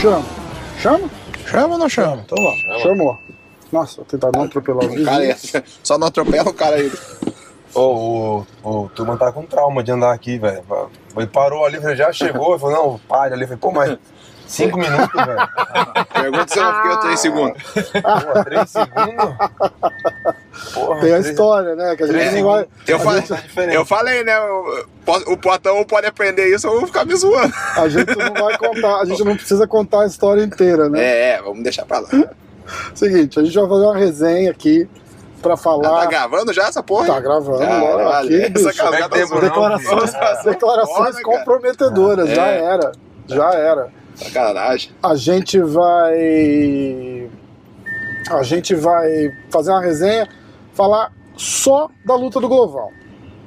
Chama. Chama? Chama ou não chama? Então ó. Chamou. Nossa, vou tentar não atropelar os Cara, vizinhos. é- só não atropela o cara aí. Ô, ô, ô, turma tá com trauma de andar aqui, velho. Ele parou ali, falei, já chegou. Ele falou, não, pare ali. Eu Falei, pô, mas cinco minutos, velho. Pergunta se eu não Ah, fiquei três segundos. Pô, três segundos? Porra, Tem a três- história, né? Que a três gente não segundos. vai. Eu falei, tá diferente. eu falei, né? eu- posso- O Potão pode aprender isso ou ficar me zoando. A gente não vai contar, a gente não precisa contar a história inteira, né? É, é, vamos deixar pra lá. Seguinte, a gente vai fazer uma resenha aqui pra Ah, falar. tá gravando já essa porra? Tá gravando, Caralho, olha aqui, essa bicho. casada Como é que demorou, Declarações, filho? declarações Foda, cara. comprometedoras, É. já era. Já era. Tá Sacanagem. A gente vai. A gente vai fazer uma resenha, falar só da luta do Glovão.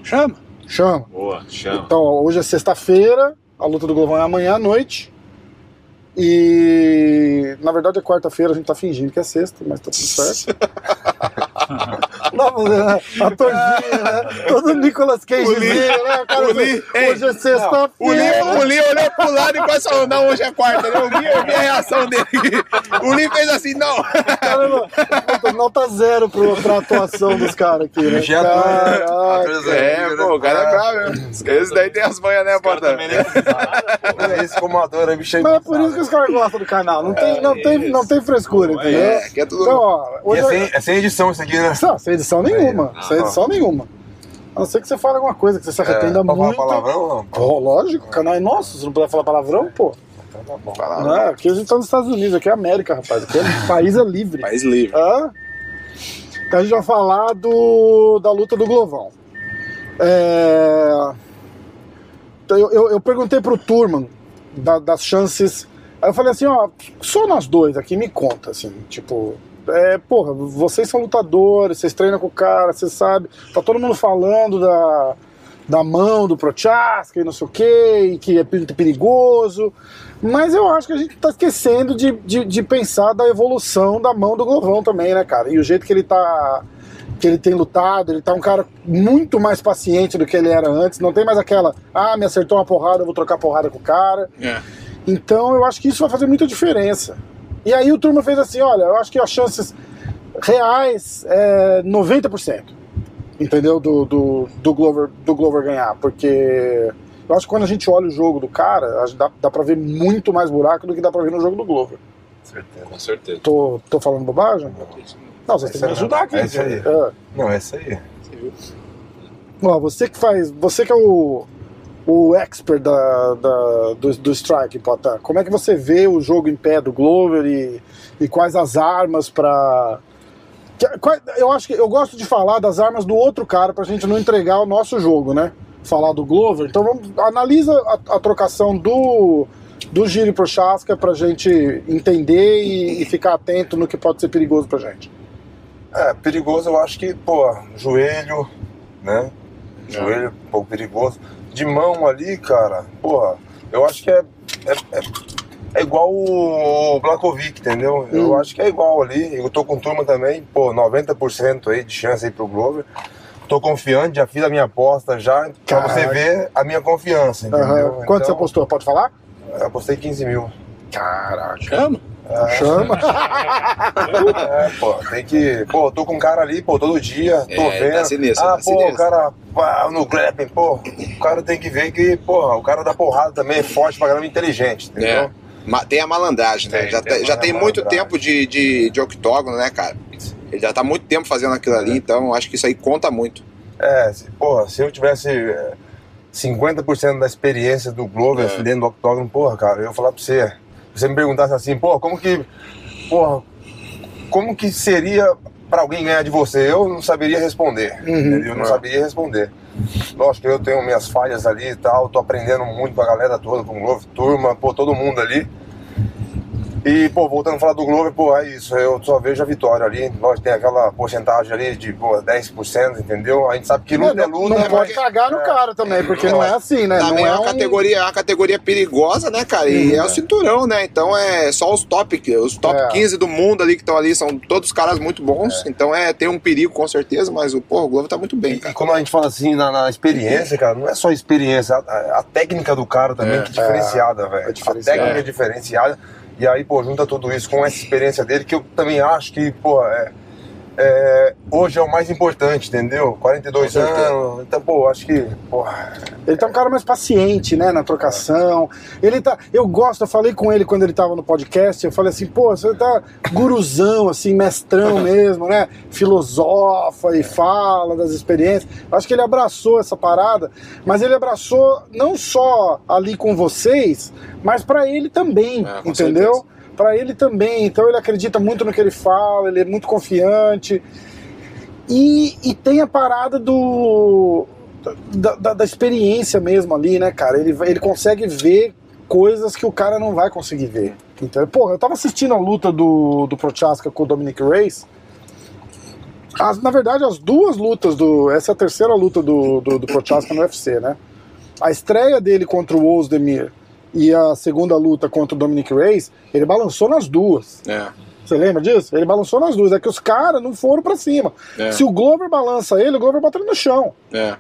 Chama. Chama. Boa, chama. Então, ó, hoje é sexta-feira, a luta do Glovão é amanhã à noite. E na verdade é quarta-feira, a gente tá fingindo que é sexta, mas tá tudo certo. Não, mas, né, a torzinha, né? Todo Nicolas Cage, O Lee- né? O cara, o Lee- hoje é O Lee, sexta-feira. o Lee olhou pro lado e quase falou, não, hoje é quarta. né? Eu vi, eu vi a reação dele. O Lee fez assim, não. Cara, não- nota- Nota zero pro, pra atuação dos caras aqui, né? Já tô, né? Caraca. Atrás da É, vida, pô, né? o cara é bravo. mesmo. Esse daí tem as manhas, né, Potão? né? Ah, Esse comador é bicho aí. Mas é por isso que os caras gostam do canal. Não tem, não tem, não tem frescura, É, entendeu? É, que é tudo... Então, ó, E hoje é sem, é sem edição isso aqui, né? Não, sem edição nenhuma. Aí, sem não. edição nenhuma. A não ser que você fale alguma coisa, que você se arrependa Ah, tá. É, pra falar muito. palavrão, não? Pô, lógico, o canal é nosso, você não puder falar palavrão, pô. Então tá bom. Fala, Não, aqui a gente tá nos Estados Unidos, aqui é América, rapaz. Aqui é país é livre. País livre. Hã? Então a gente vai falar do, da luta do Glovão. É... então Eu, eu, eu perguntei pro Turman da- das chances. Aí eu falei assim, ó, só nós dois aqui me conta, assim, tipo. É, porra, vocês são lutadores, vocês treinam com o cara, vocês sabem. Tá todo mundo falando da, da mão do Prochaska e não sei o quê, e que é muito perigoso. Mas eu acho que a gente tá esquecendo de, de, de pensar da evolução da mão do Glovão também, né, cara? E o jeito que ele tá. que ele tem lutado, ele tá um cara muito mais paciente do que ele era antes. Não tem mais aquela, ah, me acertou uma porrada, eu vou trocar porrada com o cara. É. Então eu acho que isso vai fazer muita diferença. E aí o turma fez assim: olha, eu acho que as chances reais é 90%. Entendeu? Do, do, do, Glover, do Glover ganhar. Porque eu acho que quando a gente olha o jogo do cara, acho que dá, dá pra ver muito mais buraco do que dá pra ver no jogo do Glover. Certeza. Com certeza. Tô, tô falando bobagem? Não, vocês têm que me ajudar aqui. É isso aí. É. Não, é isso aí. Ó, você que faz. Você que é o, o expert da, da- do, do strike, Potter, como é que você vê o jogo em pé do Glover e, e quais as armas pra. que- quais- eu acho que eu gosto de falar das armas do outro cara pra gente não entregar o nosso jogo, né? Falar do Glover. Então vamos. Analisa a, a trocação do. Do Giri pro Chasca pra gente entender e, e ficar atento no que pode ser perigoso pra gente. É, perigoso eu acho que, pô, joelho, né? Joelho, um pouco perigoso. De mão ali, cara, porra, eu acho que é. é- é- é igual o Blakovic, entendeu? Eu Hum. acho que é igual ali. Eu tô com turma também, pô, 90% aí de chance aí pro Glover. Tô confiante, já fiz a minha aposta já, pra Caraca. você ver a minha confiança, entendeu? Aham. Quanto você Então, apostou? Pode falar? Eu apostei 15 mil. Caraca. Chama. Chama. É, pô, tem que. Pô, tô com um cara ali, pô, todo dia, tô É, vendo. tá sinistro, ah, tá pô, sinistro. o cara pá, no grappling, pô. O cara tem que ver que, porra, o cara da porrada também é forte pra caramba inteligente, entendeu? É. Ma- Tem a malandragem, né? Tem, já tem tem, a já tem muito malandragem. tempo de, de, de octógono, né, cara? Ele já tá muito tempo fazendo aquilo ali, então acho que isso aí conta muito. É, se, porra, se eu tivesse é, 50% da experiência do Glover É. dentro do octógono, porra, cara, eu ia falar pra você. Se você me perguntasse assim, porra, como que. Porra, como que seria pra alguém ganhar de você? Eu não saberia responder. entendeu? Eu não É. saberia responder. Lógico que eu tenho minhas falhas ali e tal, tô aprendendo muito com a galera toda, com o Glover, turma, pô, todo mundo ali. E, pô, voltando a falar do Glover, pô, é isso. Eu só vejo a vitória ali. Nós tem aquela porcentagem ali de pô, 10%, entendeu? A gente sabe que luta Não, é não luta. pode mas- cagar no cara também, porque não é assim, né? Não Também é é uma um- categoria, é uma categoria perigosa, né, cara? E é o cinturão, né? Então é só os top, os top É. 15 do mundo ali que estão ali, são todos caras muito bons. Então é, tem um perigo com certeza, mas o, pô, o Globo tá muito bem, E, e cara. quando a gente fala assim na, na experiência, cara, não é só a experiência, a- a, a técnica do cara também que é diferenciada, velho. a diferenciada. técnica é diferenciada. E aí, pô, junta tudo isso com essa experiência dele, que eu também acho que, pô, é, é, hoje é o mais importante, entendeu? 42 Com certeza. anos. Então, pô, acho que, pô, Ele tá um cara mais paciente, né, na trocação. Ele tá, eu gosto, eu falei com ele quando ele tava no podcast, eu falei assim, pô, você tá guruzão assim, mestrão mesmo, né? Filosofa e fala das experiências. Eu Acho que ele abraçou essa parada, mas ele abraçou não só ali com vocês, mas pra ele também, É, com entendeu? certeza. Pra ele também. Então ele acredita muito no que ele fala, ele é muito confiante. E, e tem a parada do. Da, da- da experiência mesmo ali, né, cara? Ele, vai- ele consegue ver coisas que o cara não vai conseguir ver. Então, porra, eu tava assistindo a luta do, do Prochaska com o Dominic Reyes. As- na verdade, as duas lutas do. Essa é a terceira luta do, do, do Prochaska no UFC, né? A estreia dele contra o Ozdemir e a segunda luta contra o Dominic Reyes, ele balançou nas duas. É. Você lembra disso? Ele balançou nas duas. É que os caras não foram pra cima. É. Se o Glover balança ele, o Glover bota ele no chão. É,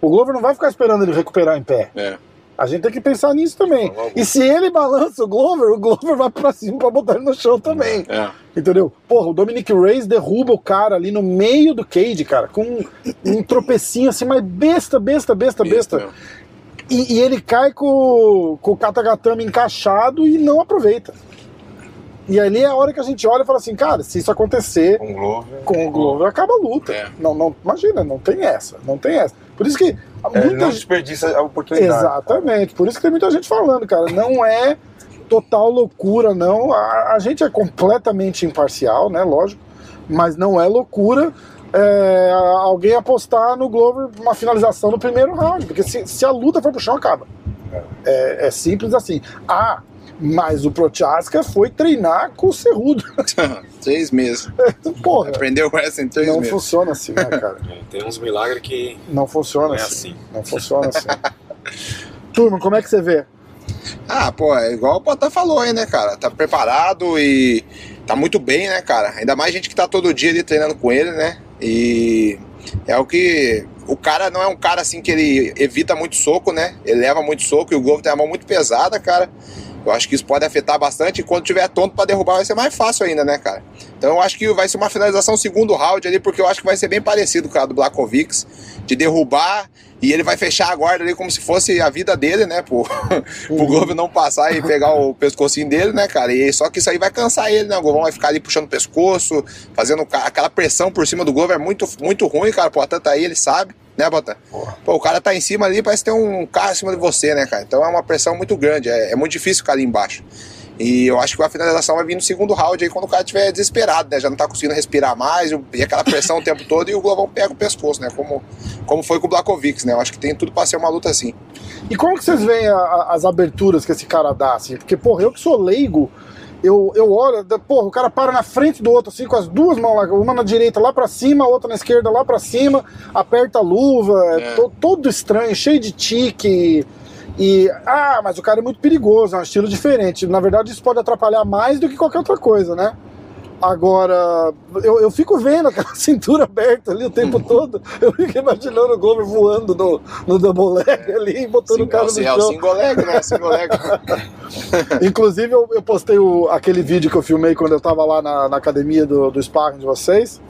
O Glover não vai ficar esperando ele recuperar em pé. é. A gente tem que pensar nisso também. Logo. E se ele balança o Glover, o Glover vai pra cima pra botar ele no chão também. É. Entendeu? Porra, o Dominic Reyes derruba o cara ali no meio do cage, cara, com um, um tropecinho assim, mas besta, besta, besta, besta. E, e ele cai com, com o Katagatame encaixado e não aproveita. E ali é a hora que a gente olha e fala assim, cara, se isso acontecer um Glover. com o Glover, acaba a luta. É. Não, não, imagina, não tem essa, não tem essa. Por isso que há É, muita não gente. desperdiça a oportunidade. Exatamente, por isso que tem muita gente falando, cara. Não é total loucura, não. A, a gente é completamente imparcial, né? Lógico, mas não é loucura. é, alguém apostar no Glover uma finalização no primeiro round, porque se, se a luta for pro chão, acaba. É, é simples assim. Ah, mas o Prochaska foi treinar com o Cerrudo. Três meses. Porra, Aprendeu o wrestling em três não meses. funciona assim, né, cara? É, Tem uns milagres que Não funciona não é assim. assim. Não funciona assim. Turma, como é que você vê? Ah, pô, é igual o Potter falou aí, né, cara? Tá preparado e tá muito bem, né, cara? Ainda mais gente que tá todo dia ali treinando com ele, né? E é o que. O cara não é um cara assim que ele evita muito soco, né? Ele leva muito soco e o Globo tem a mão muito pesada, cara. Eu acho que isso pode afetar bastante. E quando tiver tonto pra derrubar, vai ser mais fácil ainda, né, cara? Então eu acho que vai ser uma finalização segundo round ali, porque eu acho que vai ser bem parecido com a do Blakovics, de derrubar e ele vai fechar a guarda ali como se fosse a vida dele, né, pô? pro Glover não passar e pegar o pescocinho dele, né, cara? E só que isso aí vai cansar ele, né? O Govão vai ficar ali puxando o pescoço, fazendo ca- aquela pressão por cima do Glover é muito, muito ruim, cara. Pô, tá aí, ele sabe, né, Botan? Pô, o cara tá em cima ali, parece ter um carro em cima de você, né, cara? Então é uma pressão muito grande, é, é muito difícil ficar ali embaixo. E eu acho que a finalização vai vir no segundo round aí, quando o cara estiver desesperado, né? Já não tá conseguindo respirar mais, e o- e aquela pressão o tempo todo, e o Glovão pega o pescoço, né? Como, como foi com o Blakovics, né? Eu acho que tem tudo pra ser uma luta assim. E como que vocês veem a- a- as aberturas que esse cara dá, assim? Porque, porra, eu que sou leigo, eu, eu olho, da- porra, o cara para na frente do outro, assim, com as duas mãos lá, uma na direita lá pra cima, a outra na esquerda lá pra cima, aperta a luva, é to- todo estranho, cheio de tique. E, ah, mas o cara é muito perigoso, é um estilo diferente. Na verdade, isso pode atrapalhar mais do que qualquer outra coisa, né? Agora, eu, eu fico vendo aquela cintura aberta ali o tempo todo. Eu fico imaginando o Glover voando no, no double leg ali e botando o cara no é o chão. single leg, né? Single leg. Inclusive, eu, eu postei o- aquele vídeo que eu filmei quando eu tava lá na, na academia do, do sparring de vocês.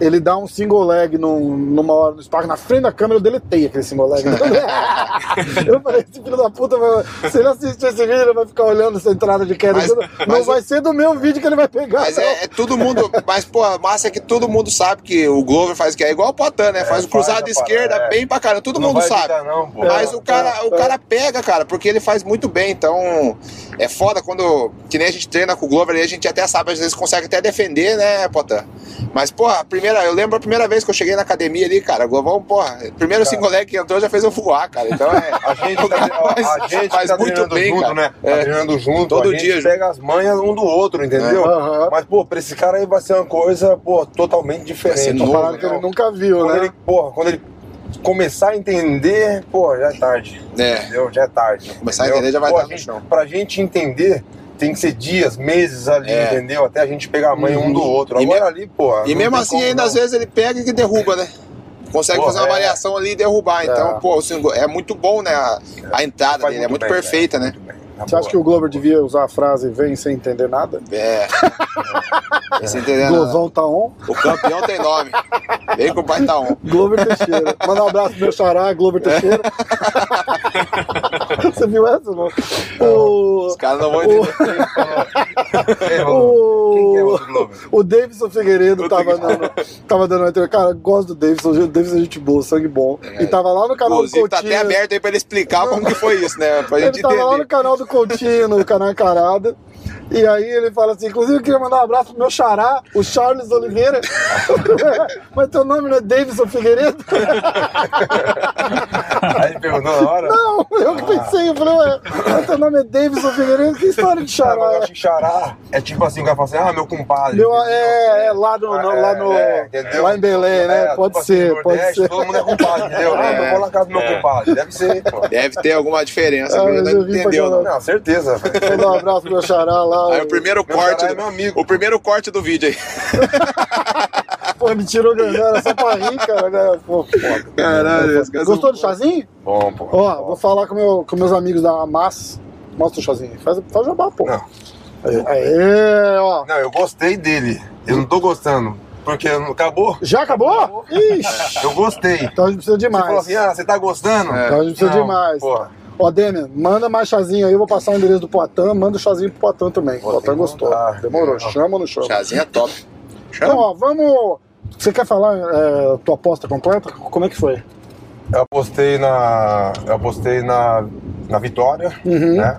Ele dá um single leg num- numa hora no sparring, na frente da câmera eu deletei aquele single leg. eu falei, esse filho da puta, vai- se ele assistir esse vídeo, ele vai ficar olhando essa entrada de queda. Mas- Não- não mas vai ser do meu vídeo que ele vai pegar. Mas não. é, é todo mundo. Mas, pô, a massa é que todo mundo sabe que o Glover faz que é igual o Potan, né? Faz o faz cruzado a de esquerda parada, é. bem pra caramba. Todo Não mundo vai sabe. evitar, não, pô. Mas o cara, é, o é. cara pega, cara, porque ele faz muito bem. Então, é foda quando. Que nem a gente treina com o Glover e a gente até sabe, às vezes consegue até defender, né, Potan? Mas, porra, a primeira, eu lembro a primeira vez que eu cheguei na academia ali, cara. Govão, porra, Cara. primeiro single leg que entrou já fez eu voar, cara. Então é. A gente tá, Mas- a gente mas tá muito treinando bem, junto, cara. né? Tá É. treinando junto, Todo a gente dia, pega as manhas um do outro, entendeu? É. Aham. Mas, pô, pra esse cara aí vai ser uma coisa, pô, totalmente diferente. ser Uma É novo, parada Parada que que ele ele não- nunca viu, Quando né? ele, porra, quando ele começar a entender, pô, já é tarde. É. Entendeu? Já é tarde. Começar a entendeu? entender já vai Pô, estar a no gente- chão. Pra gente entender, tem que ser dias, meses ali, É. entendeu? Até a gente pegar a manha um do outro. E Agora me- ali, pô. E mesmo assim, ainda às vezes ele pega e derruba, né? Consegue Porra, fazer uma é. variação ali e derrubar. Então, pô, o single, é muito bom, né? A, a entrada dele é muito perfeita, né? tá Você acha que o Glover devia usar a frase vem sem entender nada? É. Você entendeu? né? Glovão tá on. O campeão tem nome. Vem com o pai tá on. Glover Teixeira. Manda um abraço pro meu xará, Glover Teixeira. Você viu essa, não? O... Os caras não vão entender. Quem que é o O... outro Glover? O Davidson Figueiredo Outro tava Glover. dando, tava dando uma entrevista. Cara, eu gosto do Davidson. O Davidson é gente boa, sangue bom. E tava lá no canal do É. Inclusive, tá até Coutinho. aberto aí pra ele explicar como que foi isso, né? Pra gente Ele tá tava lá no entender. canal do Coutinho, no canal Carada. E aí ele fala assim, inclusive eu queria mandar um abraço pro meu xará, o Charles Oliveira. Mas teu nome não é Davidson Figueiredo? Aí ele perguntou na hora. Não, eu Ah. que pensei, eu falei, ué, mas teu nome é Davidson Figueiredo? Que história de Ah, mas eu xará? acho que xará é tipo assim, o cara fala assim, ah, meu compadre. Meu, é, é lá no, no- lá no É, entendeu? lá em Belém, né? É, pode tipo assim, ser, no pode Nordeste, ser. Todo mundo é compadre, entendeu? É. Ah, eu vou na casa do meu compadre. Deve ser, pô. Deve ter alguma diferença, Ah, porque mas ele eu não vim pra entendeu, não. caralho. Não, certeza. velho. Mandar um abraço pro meu xará lá. Aí o primeiro Meu corte. cara é do- meu amigo. O primeiro corte do vídeo aí. Pô, me tirou grande, era só pra rir, cara. Né? Pô, foda. Caralho, esse cara- é Gostou do chazinho? Bom, pô. Ó, vou falar com, meu, com meus amigos da Hamas. Mostra o chazinho. Faz, faz jabá, pô. Não. Aê, Aê, ó. Não, eu gostei dele. Eu não tô gostando. Porque não- acabou. Já acabou? Ixi. Eu gostei. Então a gente precisa de Você falou mais. assim, ah, você tá gostando? É. Então a gente precisa Não, de mais. Porra. Ó, Demian, manda mais chazinho aí. Eu vou passar o endereço do Poitin. Manda o chazinho pro Poitin também. Pô, O Poitin tem que gostou. mandar. né? Demorou. Não. Chama ou não chama? Chazinha é top. Então, Chama. ó, vamos... Você quer falar é, tua aposta completa? Como é que foi? Eu apostei na. Eu apostei na, na vitória, Uhum. né?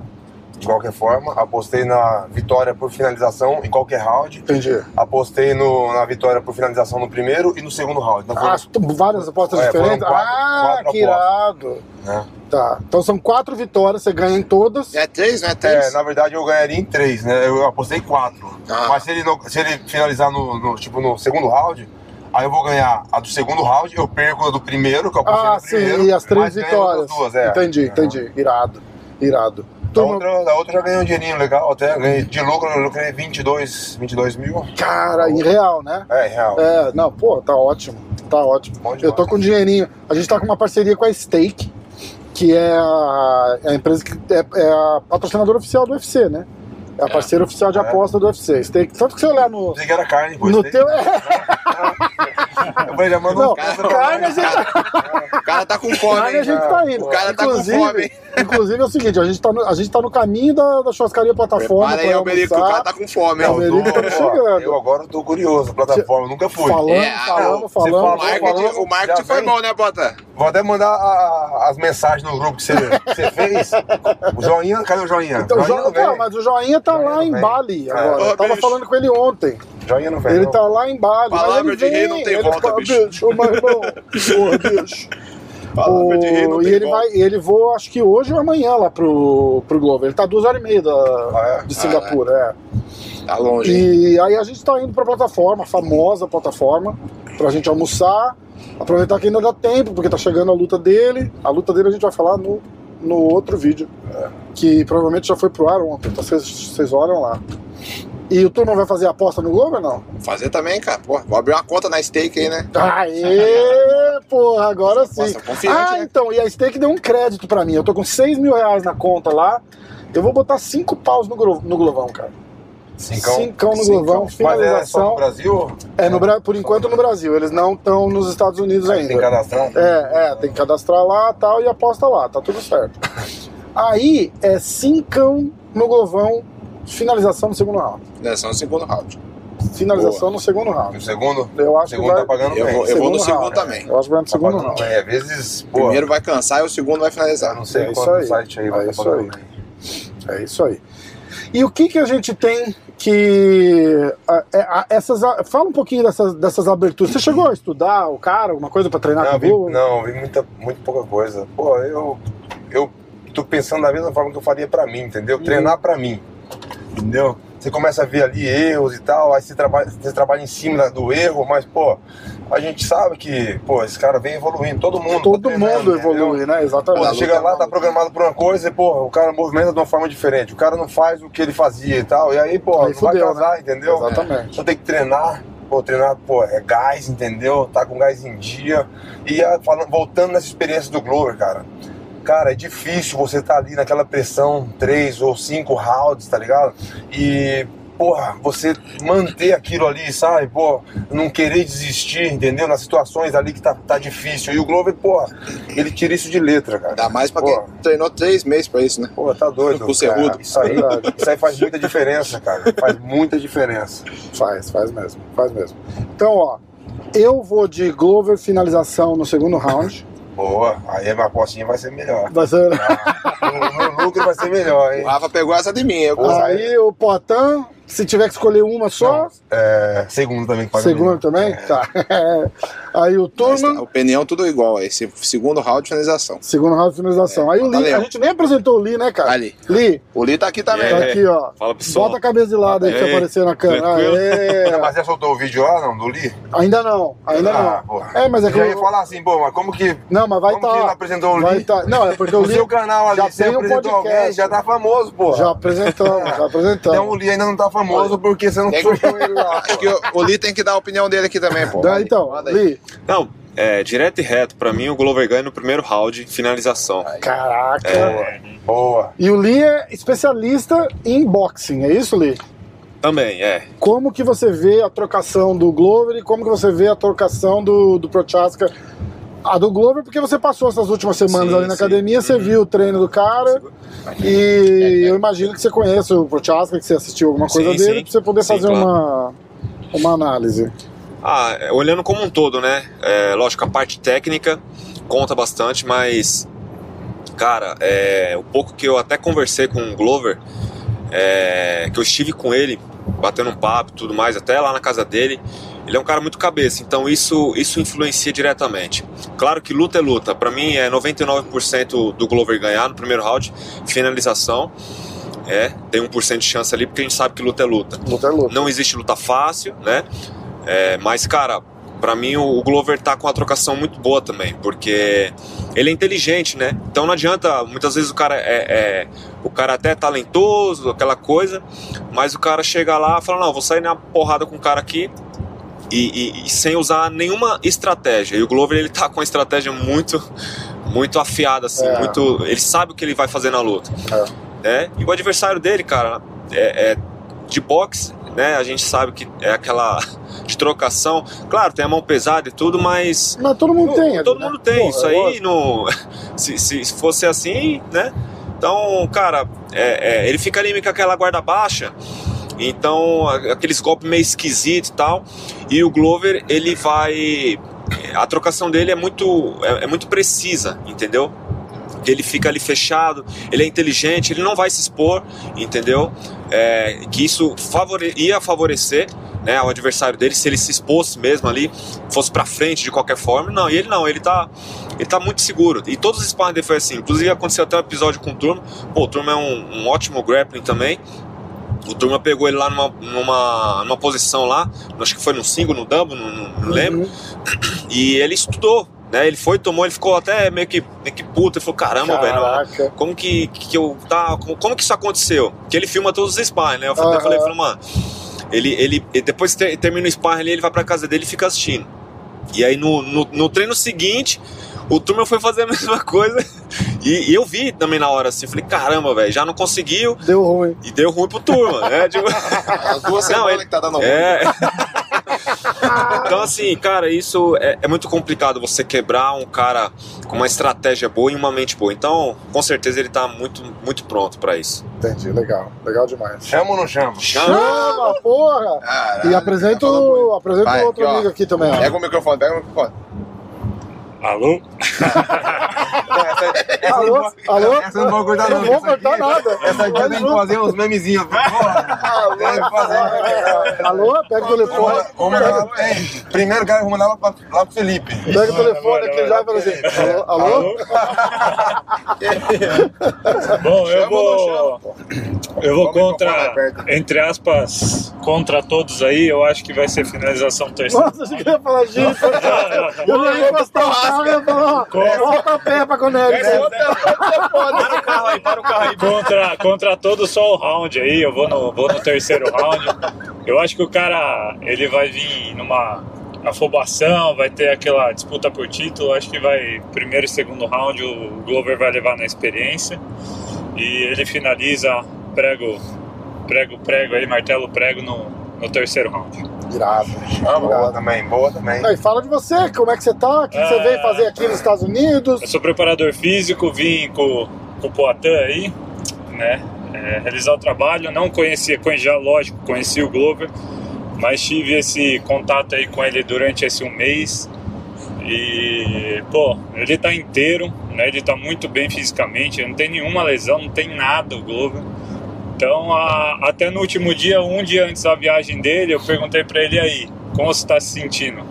De qualquer forma. Apostei na vitória por finalização em qualquer round. Entendi. Apostei no, na vitória por finalização no primeiro e no segundo round. Então, Ah, foi- tu- várias apostas É, foram diferentes? quatro- ah, quatro que apostas. irado. né? Tá. Então são quatro vitórias, você ganha em todas. É três, não é É, três? na verdade eu ganharia em três, né? Eu apostei em quatro. Ah. Mas se ele, não- se ele finalizar no, no- tipo, no segundo round, aí eu vou ganhar a do segundo round, eu perco a do primeiro, que eu apostei Ah, no sim, primeiro. e as três mas ganho outras vitórias. Duas, é. Entendi, Uhum. entendi. Irado, irado. Da Turma, outra, da outra eu já ganhei um dinheirinho legal, até ganhei de lucro, eu lucrei 22, 22 mil. cara, em real, né? É, em real. É, não, pô, tá ótimo, tá ótimo. Bom demais. Eu tô com um dinheirinho. A gente tá com uma parceria com a Stake, que é a, é a empresa que é, é a patrocinadora oficial do UFC, né? É a parceira oficial de É. aposta do UFC. Stake. Tanto que você olhar no, Pensei que era carne, pô. no Esse teu. é, daí- Eu falei, já manda Não, um cara. carne a gente tá O cara tá com fome, Carne hein? a gente tá indo. O cara tá com fome, hein? Inclusive é o seguinte, a gente tá no, a gente tá no caminho da, da churrascaria plataforma. Prepara aí, pra Alberico, que o almoçar. cara tá com fome, Não, hein? o Merigo tá me xingando. Eu agora tô curioso, a plataforma, eu nunca fui. Falando, É, ah, falando, não, falando. você O marketing, falando, o marketing já foi vem. bom, né, Bota? Vou até mandar a- as mensagens no grupo que você, que você fez. O joinha, cadê o joinha? Então, o joinha jo... não vem. não, mas o Joinha tá Joinha lá não em vem. Bali É. agora. Ô, Eu tava bicho. falando com ele ontem. Joinha não vem. Ele não. tá lá em Bali. mas Palavra ele de rei vem, não tem ele volta, fala, bicho. ô, meu irmão, porra, bicho. Palavra de rei não O- E tem ele volta. vai, ele voa acho que hoje ou amanhã lá pro, pro Glover. Ele tá duas horas e meia da, Ah, é? de Singapura, é. Tá longe, hein? E aí a gente tá indo pra plataforma, a famosa plataforma, pra gente almoçar, aproveitar que ainda dá tempo, porque tá chegando a luta dele. A luta dele a gente vai falar no, no outro vídeo, É. que provavelmente já foi pro ar ontem, então vocês- vocês olham lá. E o turma vai fazer aposta no Globo ou não? Vou Fazer também, cara. Porra, vou abrir uma conta na Steak aí, né? Aê, porra, agora sim. Nossa, confiante, Ah, né? então, e a Steak deu um crédito pra mim. Eu tô com 6 mil reais na conta lá. Eu vou botar 5 paus no, gro- no Glovão, cara. é? Cincão. no Cincão. Glovão, Mas é finalização. só no Brasil? É, no, Bra- por enquanto no Brasil, eles não estão nos Estados Unidos Tem que ainda. cadastrar? É, é, tem que cadastrar lá tal e aposta lá, tá tudo certo. Aí é cincão no Govão, finalização no segundo round. É, só no segundo round. Finalização no segundo round. No segundo? Eu é. acho segundo que vai- tá pagando Eu bem. vou, eu vou no segundo round. também. Eu acho que vai no Tá segundo pagando round. bem. Às vezes, pô, Primeiro vai cansar e o segundo vai eu finalizar. não sei É é isso quanto aí. site aí vai É tá isso pagando aí. bem. É isso aí. E o que, que a gente tem que. a- é- a- essas, a- fala um pouquinho dessas, dessas aberturas. Você chegou a estudar o cara, alguma coisa pra treinar Não, com eu o vi, Google? não, eu vi muita, muito pouca coisa. Pô, eu, eu tô pensando da mesma forma que eu faria pra mim, entendeu? Uhum. Treinar pra mim, entendeu? Você começa a ver ali erros e tal, aí você trabalha, você trabalha em cima da- do erro, mas, pô, a gente sabe que, pô, esse cara vem evoluindo, todo mundo. tá Todo treinando, mundo entendeu? evolui, né? Pô, Exatamente. você chega lá, tá programado por uma coisa e, porra, o cara movimenta de uma forma diferente. O cara não faz o que ele fazia e tal. E aí, porra, Aí não fudeu, né? vai casar, entendeu? Exatamente. Só tem que treinar. Pô, treinar, pô, é gás, entendeu? Tá com gás em dia. E ah, falando, voltando nessa experiência do Glover, cara. Cara, é difícil você tá ali naquela pressão, três ou cinco rounds, tá ligado? E, porra, você manter aquilo ali, sabe? Pô, não querer desistir, entendeu? Nas situações ali que tá, tá difícil. E o Glover, porra, ele tira isso de letra, cara. Ainda mais pra Pô. quem treinou três meses pra isso, né? Pô, tá doido. Com cara. cerrudo. Isso aí, isso aí faz muita diferença, cara. Faz muita diferença. Faz, faz mesmo, faz mesmo. Então, ó, eu vou de Glover finalização no segundo round. eh, Boa, aí a minha apostinha vai ser melhor. Vai ser. No, no lucro vai ser melhor, O Ah. hein? Rafa pegou essa de mim. Eu Aí o Potan, se tiver que escolher uma só, É, segundo também que paga segundo melhor. também? Tá. Aí o Mas Turman, tá, Opinião tudo igual aí. Se- Segundo round, finalização. tá- segundo round de finalização. Aí o tá Lee, a legal. gente nem apresentou o Lee, né, cara? Ali. Lee, O Lee tá aqui também. tá É. aqui, ó. Fala, pessoal. Bota a cabeça de lado aí pra Aê. aparecer na câmera. Tranquilo? Aê. Mas já soltou o vídeo lá, não, do Lee? Ainda não, ainda Ah, não. porra. É, mas é que. Eu ia eu- falar assim, pô, mas como que. Não, mas vai como que ele não estar. apresentou o vai Lee? tá- Não, é porque o O Lee seu canal ali, já você tem um apresentou podcast. alguém, já tá famoso, pô. já apresentamos, já apresentamos. Então o Lee ainda não tá famoso porque você não Tem soltou que- ele lá. Acho que o, o Lee tem que dar a opinião dele aqui também, pô. Dá, Ali, então, manda aí. Lee. Não, é, direto e reto. Pra mim, o Glover ganha no primeiro round, finalização. Caraca. Boa. E o Lee é especialista em boxing, é isso, Lee? Também, é. Como que você vê a trocação do Glover e como que você vê a trocação do, do Prochaska? A do Glover, porque você passou essas últimas semanas Sim, ali na sim. academia, você viu o treino do cara e eu imagino que você conheça o Prochaska, que você assistiu alguma coisa Sim, dele, sim. pra você poder Sim, fazer claro. uma, uma análise. Ah, é, olhando como um todo, né? É, lógico, a parte técnica conta bastante, mas, cara, é, o pouco que eu até conversei com o Glover, é, que eu estive com ele, batendo um papo e tudo mais, até lá na casa dele, ele é um cara muito cabeça, então isso, isso influencia diretamente. Claro que luta é luta, pra mim é 99% do Glover ganhar no primeiro round, finalização, é, tem 1% de chance ali, porque a gente sabe que luta é luta. Luta é luta. Não existe luta fácil, né? É, mas, cara, pra mim o o Glover tá com uma trocação muito boa também, porque ele é inteligente, né? Então não adianta, muitas vezes o cara é. é- o cara até é talentoso, aquela coisa, mas o cara chega lá e fala: não, vou sair na porrada com o cara aqui. E, e- e sem usar nenhuma estratégia. E o Glover ele tá com uma estratégia muito, muito afiada, assim, É. muito. Ele sabe o que ele vai fazer na luta. né? E o adversário dele, cara, é, é de boxe, né? A gente sabe que é aquela de trocação. Claro, tem a mão pesada e tudo, mas Mas todo mundo tem. ali, todo né? mundo tem. Pô, isso é aí lógico. não. Se, se fosse assim, né? Então, cara, é- é, ele fica ali com aquela guarda baixa. Então, a- aqueles golpes meio esquisitos e tal. E o Glover, ele vai. A trocação dele é muito, é, é muito precisa, entendeu? Ele fica ali fechado, ele é inteligente, ele não vai se expor, entendeu? É, que isso favore- ia favorecer né, o adversário dele se ele se expôs mesmo ali fosse pra frente de qualquer forma. Não, e ele não, ele tá, ele tá muito seguro. E todos os sparring dele foi assim. Inclusive aconteceu até um episódio com o Turma. Pô, o Turma é um, um ótimo grappling também. O Turma pegou ele lá numa, numa, numa posição lá, acho que foi no single, no double, não, não- não lembro. Uhum. E ele estudou, né? Ele foi, tomou, ele ficou até meio que, meio que puto. Ele falou, caramba, velho, não- Caraca. como que, que eu tá, como, como que isso aconteceu? Que ele filma todos os sparring, né? Eu falei, Aham. eu falei, eu falei, mano, ele, ele ele- depois ter, termina o sparring ali, ele vai pra casa dele e fica assistindo. E aí no, no, no treino seguinte, o turma foi fazer a mesma coisa e, e eu vi também na hora assim, falei, caramba, velho, já não conseguiu Deu ruim. e deu ruim pro turma, né? Tipo, As duas Não, semanas ele- que tá dando ruim. é. então, assim, cara, isso é, é muito complicado você quebrar um cara com uma estratégia boa e uma mente boa. Então, com certeza ele tá muito, muito pronto pra isso. Entendi, legal. Legal demais. Chama ou não chama? Chama! Chama, porra! Caralho, E apresenta tá falando o, muito. apresenta Vai, o outro aqui, ó. É amigo aqui também. ó. Pega o microfone, pega o microfone. Alô? Essa, essa Alô? não pode- Alô? Essa não pode cortar, Eu não. não vou Essa aqui- cortar nada. Essa aqui é Vai eu tenho que junto. fazer uns memezinhos. Porra, deve fazer. Alô? Pega o telefone. Vou mandar- Ei, Primeiro, cara, eu vou mandar lá pra- lá pro Felipe. Pega o telefone aqui já e fala assim. Alô? Tá Alô? Bom, eu Chama ou não chama, vou. Eu vou Vamos microfone contra, aberto. entre aspas, contra todos aí. Eu acho que vai ser finalização terceira. Nossa, achei que eu ia falar disso. Eu não ia encostar o carro e ia falar, ó, volta a pé pra é Conérica. Para o carro aí, para o carro aí. Contra, contra todos só o round aí. Eu vou no, vou no terceiro round. Eu acho que o cara ele vai vir numa afobação, vai ter aquela disputa por título. Acho que vai primeiro e segundo round o Glover vai levar na experiência e ele finaliza prego, prego, prego aí, martelo prego no, no terceiro round. Irado. Ah, boa também, boa também. Aí fala de você, como é que você tá, o que você É. veio fazer aqui nos Estados Unidos. Eu sou preparador físico, vim com, com o Poitin aí, né? é, realizar o trabalho. Não conhecia, conhecia, lógico, conheci o Glover, mas tive esse contato aí com ele durante esse um mês. E, pô, ele tá inteiro, né? Ele tá muito bem fisicamente, não tem nenhuma lesão, não tem nada o Glover. Então, a- até no último dia, um dia antes da viagem dele, eu perguntei pra ele "E aí, como você tá se sentindo?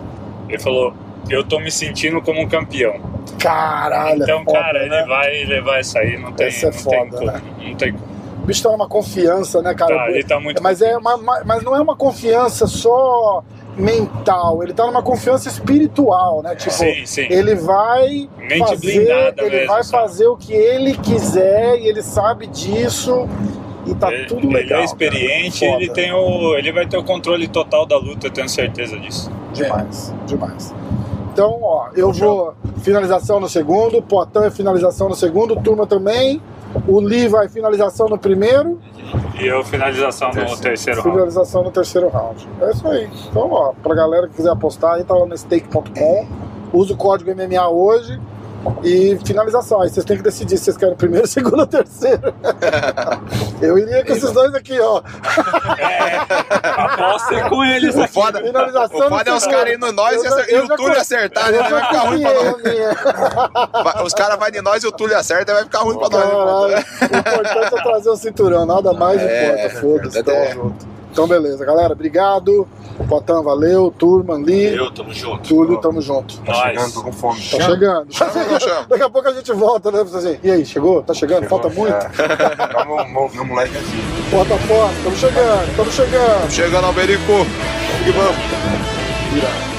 Ele falou, eu tô me sentindo como um campeão. Caralho, é Então, foda, cara, né? ele vai levar isso aí, não tem, Essa é não tem foda, como. né? Não tem como. O bicho tá numa confiança, né, cara? Tá, ele tá muito mas, é uma- ma- mas não é uma confiança só mental, ele tá numa confiança espiritual, né? Tipo, Sim, sim. ele vai Mente fazer, blindada ele mesmo, vai sabe? fazer o que ele quiser e ele sabe disso e tá ele, tudo ele legal. é experiente, cara. ele Foda. tem o. ele vai ter o controle total da luta, eu tenho certeza disso. Demais, É. demais. Então, ó, eu vou finalização no segundo, Poitin é finalização no segundo, Turma também, o Lee vai finalização no primeiro, E eu finalização no Terceiro. terceiro round. finalização no terceiro round. É isso aí. Então, ó, pra galera que quiser apostar, aí tá lá no stake.com, usa o código MMA hoje e finalização. Aí vocês têm que decidir se vocês querem primeiro, segundo ou terceiro. Eu iria com esses dois aqui, ó. Aposta é com Tá eles O aqui. foda, Finalização o foda no é os segundo. caras indo em nós e, Eu já- essa- e eu o já Túlio con- acertar, né? Eu Vai já ficar ruim pra nós. confiei, né? Vai- Os caras vão de nós e o Túlio acerta, vai ficar ruim pra nós. Caralho, né? o importante é trazer o cinturão, nada mais É, importa. Foda-se, verdade tamo é. junto. Então, beleza, galera, obrigado. Potan, valeu. Turman, Lee, Eu, tamo junto. Túlio, tamo junto. Tá chegando, Nós. tô com fome. Tá chegando. Chama ou não chama? Daqui a pouco a gente volta, né? Assim, e aí, chegou? Tá chegando? Falta muito? É. Tá meu, meu, meu moleque aqui. Porta a porta, estamos chegando, estamos chegando. Chegando ao Berico. Vamos que vamos. Virado.